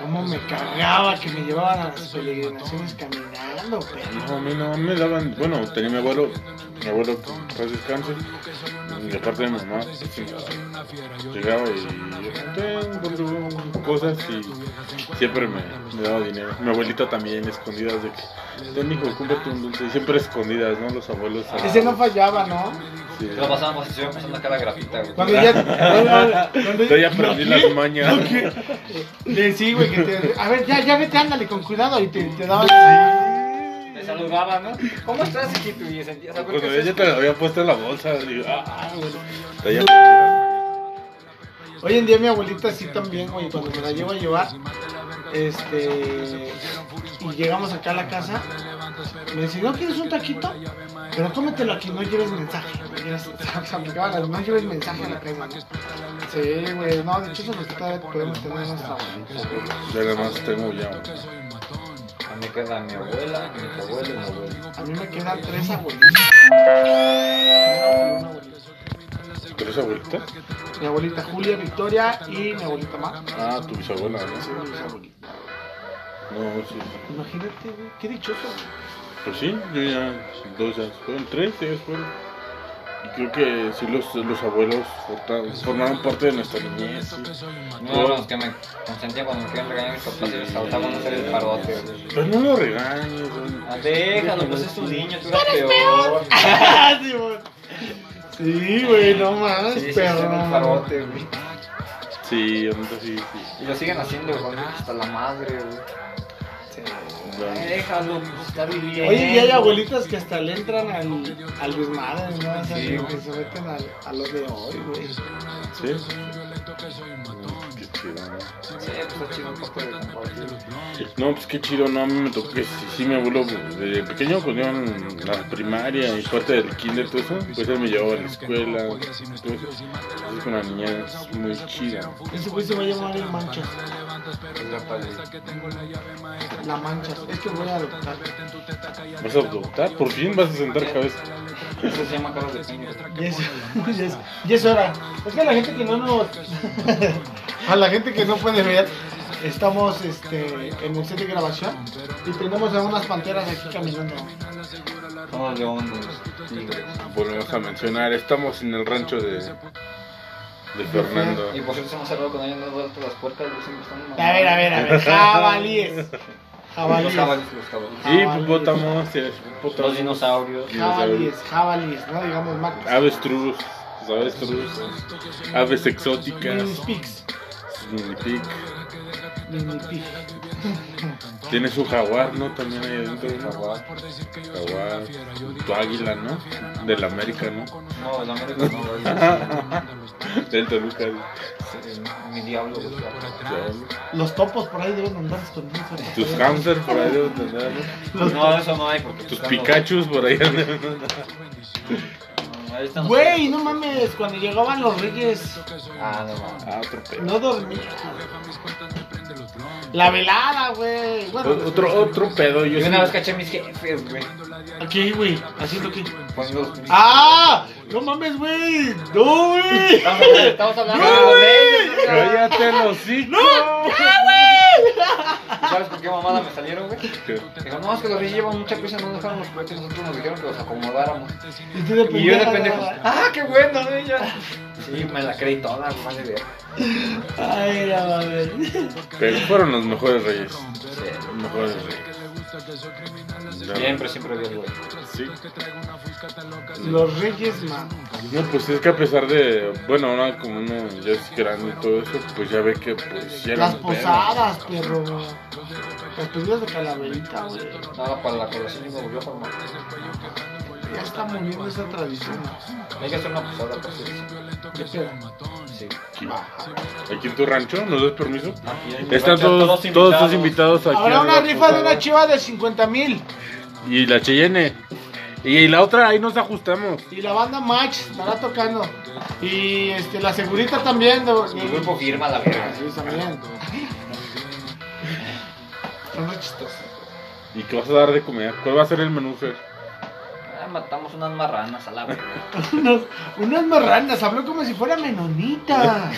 S4: Cómo me cagaba que me llevaban a las peregrinaciones caminando, perro.
S2: No, a mí no me daban. Bueno, tenía mi abuelo, mi abuelo que paz descanse, este, y de parte de mi mamá. pues, sí, Llegaba y. "Ten, gordo, cosas y siempre me, me daba dinero. Mi abuelita también, escondidas de que, ten hijo, cómprate un dulce. Y Siempre escondidas, ¿no? Los abuelos. ah,
S4: Ese no fallaba, ¿no?
S2: Sí.
S3: Lo pasábamos y se iba pasando acá la grafita, güey.
S4: Cuando ya. Cuando
S2: Yo ya aprendí las mañas.
S4: Le- Sí, güey, que te. A ver, ya, ya vete, ándale con cuidado y te, te daban.
S3: Te saludaba, ¿no? ¿Cómo estás, hijito? Y sentías algo
S2: Pues Cuando
S3: que
S2: ella te la había puesto en la bolsa, digo, ah, güey. Te había
S4: Hoy en día mi abuelita sí también, güey, cuando me la llevo a llevar, este, y llegamos acá a la casa, me dice, ¿no quieres un taquito? Pero cómetelo aquí, no lleves mensaje. güey, lleves- O sea, me acaban las- no lleves mensaje a la casa. ¿no? Sí, güey, no, de hecho eso nos está- podemos tener en nuestra abuelita.
S2: Ya nada más tengo ya una.
S3: A mí me queda mi abuela, mi abuelo y mi abuelo.
S4: A mí me quedan tres abuelitas.
S2: ¿Tres abuelitas?
S4: Mi abuelita Julia, Victoria y mi abuelita Ma.
S2: Ah, tu bisabuela,
S4: Sí,
S2: ¿no?
S4: mis abuelitas.
S2: No, sí.
S4: Imagínate, güey, qué dichoso. güey.
S2: Pues sí, yo ya dos años fueron, tres ellos fueron. Y creo que sí los, los abuelos forta- formaron parte de nuestra niñez. sí.
S3: No, no, los que me consentían cuando me querían regañar mis papás y les saltaban a hacer el parote. güey.
S2: Pero Pues no lo regañes, güey.
S3: Ah, déjalo, pues es tu niño, tú eres peor.
S4: sí, güey. Sí, güey, no mames,
S3: Sí, sí, sí,
S4: pero.
S3: hacen el parote, güey.
S2: Sí, ahorita sí, sí.
S3: Y lo siguen haciendo, güey, hasta la madre, güey. Ay, déjalo, pues está viviendo.
S4: Oye, y hay abuelitas que hasta le entran al, al desmadre, ¿no? O sea,
S3: Sí,
S4: como que
S3: güey.
S4: se meten al, a lo de hoy, güey.
S2: Sí. Mm, Qué chido, ¿no?
S3: Sí, pues está chido un poco de compartir.
S2: No, pues qué chido, no, a mí me tocó que sí, sí, mi abuelo desde pequeño, pues yo en la primaria y parte del kinder, todo eso, pues él me llevaba a la escuela, todo eso. Entonces, con la niña es muy chida.
S4: Ese güey se va a llamar el Manchas.
S3: Pues ya para el-
S4: La Manchas. Es que voy a adoptar.
S2: ¿Vas a adoptar? ¿Por fin vas a sentar cabeza?
S3: Eso se llama caras de piña.
S4: Y es, y es, y es hora. Es que a la gente que no nos. a la gente que no puede ver, estamos este, en el set de grabación y tenemos a unas panteras aquí caminando.
S3: Todos los leones, tigres.
S2: Volvemos a mencionar, estamos en el rancho de, de Fernando.
S3: Y por cierto, se me ha cerrado cuando hayan dado vueltas las puertas, güey, siempre están
S4: A ver, a ver, a ver. Jabalíes.
S3: Los
S4: Jabalíes.
S3: jabalíes, los jabalíes.
S2: Y hipopótamos,
S3: Los
S2: hipopótamos,
S3: dinosaurios.
S4: Jabalíes, jabalíes, ¿no? Digamos más.
S3: Ah,
S2: aves trus, aves trus, aves exóticas,
S4: Minipigs.
S2: minipic.
S4: Minipig.
S2: Tiene su jaguar, ¿no? También hay adentro un
S3: Jaguar.
S2: Jaguar, tu águila, ¿no? Del América, ¿no?
S3: No, el América no. güey.
S2: Del Toluca. ¿no?
S3: Sí, Mi diablo, güey.
S4: Los topos por ahí deben andar escondidos. ahorita.
S2: Tus hamsters por ahí deben tener, ¿no?
S4: Los
S3: No, eso no hay porque.
S2: Tus
S3: buscando-
S2: Pikachus por ahí andan.
S3: No, ahí están los-
S4: Güey, no mames, cuando llegaban los reyes
S3: Ah, no, mames.
S2: Ah, otro pedo.
S4: no dormía. La velada, güey. Bueno,
S2: O- Otro, otro pedo. Yo
S3: Yo
S2: sí-
S3: una vez caché a mis jefes, güey.
S4: Aquí, güey, haciendo qué.
S3: Poniendo los.
S4: ¡Ah! No mames, güey. No, güey.
S3: Estamos hablando- Estamos hablando de
S4: ¡No,
S3: los
S4: güey!
S3: reyes, güey.
S2: ¡Cállate los hijos!
S3: ¿Sabes por qué mamada me salieron, güey? Dijo, no, es que los reyes llevan mucha prisa, no dejaron los cohetes, nosotros nos dijeron que los acomodáramos.
S4: Y tú de
S3: Y yo de
S4: pendejo.
S3: pendejo, ah, qué bueno, ¿no? Y ya. Sí, me la creí toda, madre de
S4: Ay, la mames.
S2: Pero fueron los mejores reyes.
S3: Sí.
S2: Los mejores reyes. Ya,
S3: Siempre, siempre había güey.
S2: Sí.
S4: Los reyes, man.
S2: No, pues es que a pesar de. Bueno, ahora como uno ya es grande y todo eso, pues ya ve que pues ya era
S4: Las
S2: un pedo.
S4: posadas, perro. Las posadas de calaverita, güey.
S3: Nada, para la colación y me volvió a formar.
S4: Ya está muriendo esa tradición.
S3: Hay que hacer una posada, por cierto.
S4: ¿Qué pedo?
S3: Sí.
S2: Aquí, aquí en tu rancho, ¿nos das permiso?
S3: Aquí hay-
S2: Están pues todos, todos, tus invitados aquí.
S4: Habrá
S2: a
S4: una
S2: la
S4: rifa de una
S2: posada.
S4: chiva de 50 mil.
S2: Y la Cheyenne. Y la otra, ahí nos ajustamos.
S4: Y la banda Match estará tocando. Y este, la segurita también. De,
S3: Mi grupo firma la verga.
S4: Sí, también. Son re chistosos.
S2: ¿Y qué vas a dar de comer? ¿Cuál va a ser el menú, Fer?
S3: Ah, matamos unas marranas a la verga.
S4: Unos- unas marranas, habló como si fuera menonita.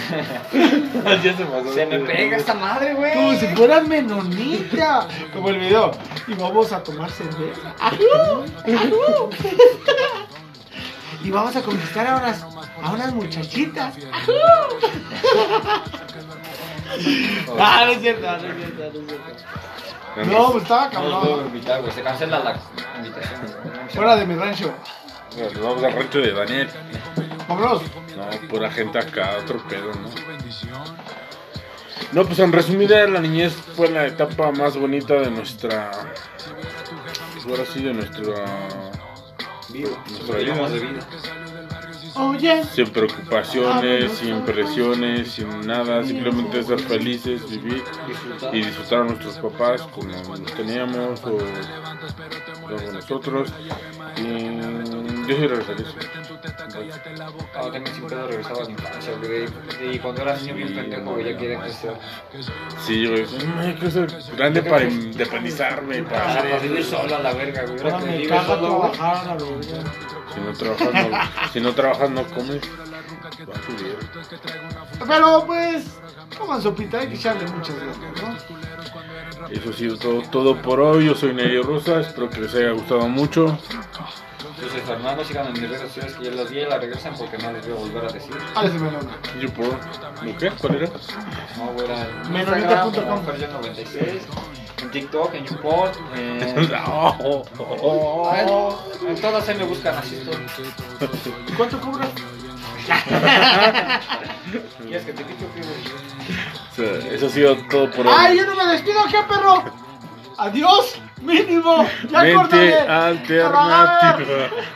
S2: ya se pasó.
S3: Se me pega esta madre, güey.
S4: Como si fuera menonita. Como el video. Y vamos a tomar cerveza. ¡Ajú! ¡Ajú! Y vamos a conquistar a unas, a unas muchachitas. ¡Ajú! Ah, no es cierto, no es cierto, no es cierto. No, pues estaba
S3: No los puedo
S4: cabrón.
S3: invitar, güey. Se cancela la invitación. güey.
S4: Fuera de mi rancho. pues-
S2: Bueno, nos vamos al rancho de Daniel.
S4: Vámonos.
S2: No, pura gente acá, otro pedo, ¿no? No, pues en resumida, la niñez fue la etapa más bonita de nuestra. pues, Ahora sí, de nuestra.
S3: Vivo.
S2: Nuestra
S3: Vivimos de
S2: vida.
S3: vida.
S4: Oye.
S2: Sin preocupaciones, sin presiones, sin nada, simplemente ser felices, vivir
S3: Disfrutar.
S2: y disfrutar a nuestros papás como los teníamos o como nosotros. Y yo soy regresaría.
S3: Ah, también sin pedo regresaba a la infancia, güey. Y cuando era niño bien pendejo, güey, ya quería crecer.
S2: Sí, yo dije, "No, yo quiero ser grande para independizarme, para
S3: Ah,
S2: hacer
S3: para
S2: eso".
S3: vivir solo a la verga, güey.
S4: Ahora
S3: Ahora que
S4: me
S3: vives
S4: caga
S3: solo, güey.
S4: trabajar a lo bien.
S2: Si no trabajas, no, si no, trabajas, no comes. Va a subir.
S4: Pero pues, coman sopita, hay que echarle muchas gracias, ¿no?
S2: Eso ha sido todo, todo por hoy. Yo soy Nerio Rosa. Espero que les haya gustado mucho.
S3: Entonces, Fernando, sigan en mis redes sociales que ya las vi y las regresan porque no les voy a volver a decir.
S4: Alex de Melona.
S2: Yo por. ¿Lo qué? ¿Cuál era?
S3: No, güey, era en
S4: Menonita punto com.
S3: Instagram, como Fergio96, en TikTok, en YouPorn, en...
S2: No.
S3: en todas se me buscan así. estoy.
S4: ¿Y cuánto cobra?
S3: ¿Quieres que te pique o qué, güey?
S2: Eso ha sido todo por hoy.
S4: ¡Ay, yo no me despido, qué perro! ¡Adiós! ¡Mínimo! ¡Ya
S2: Mente
S4: cortaré!
S2: alternativa.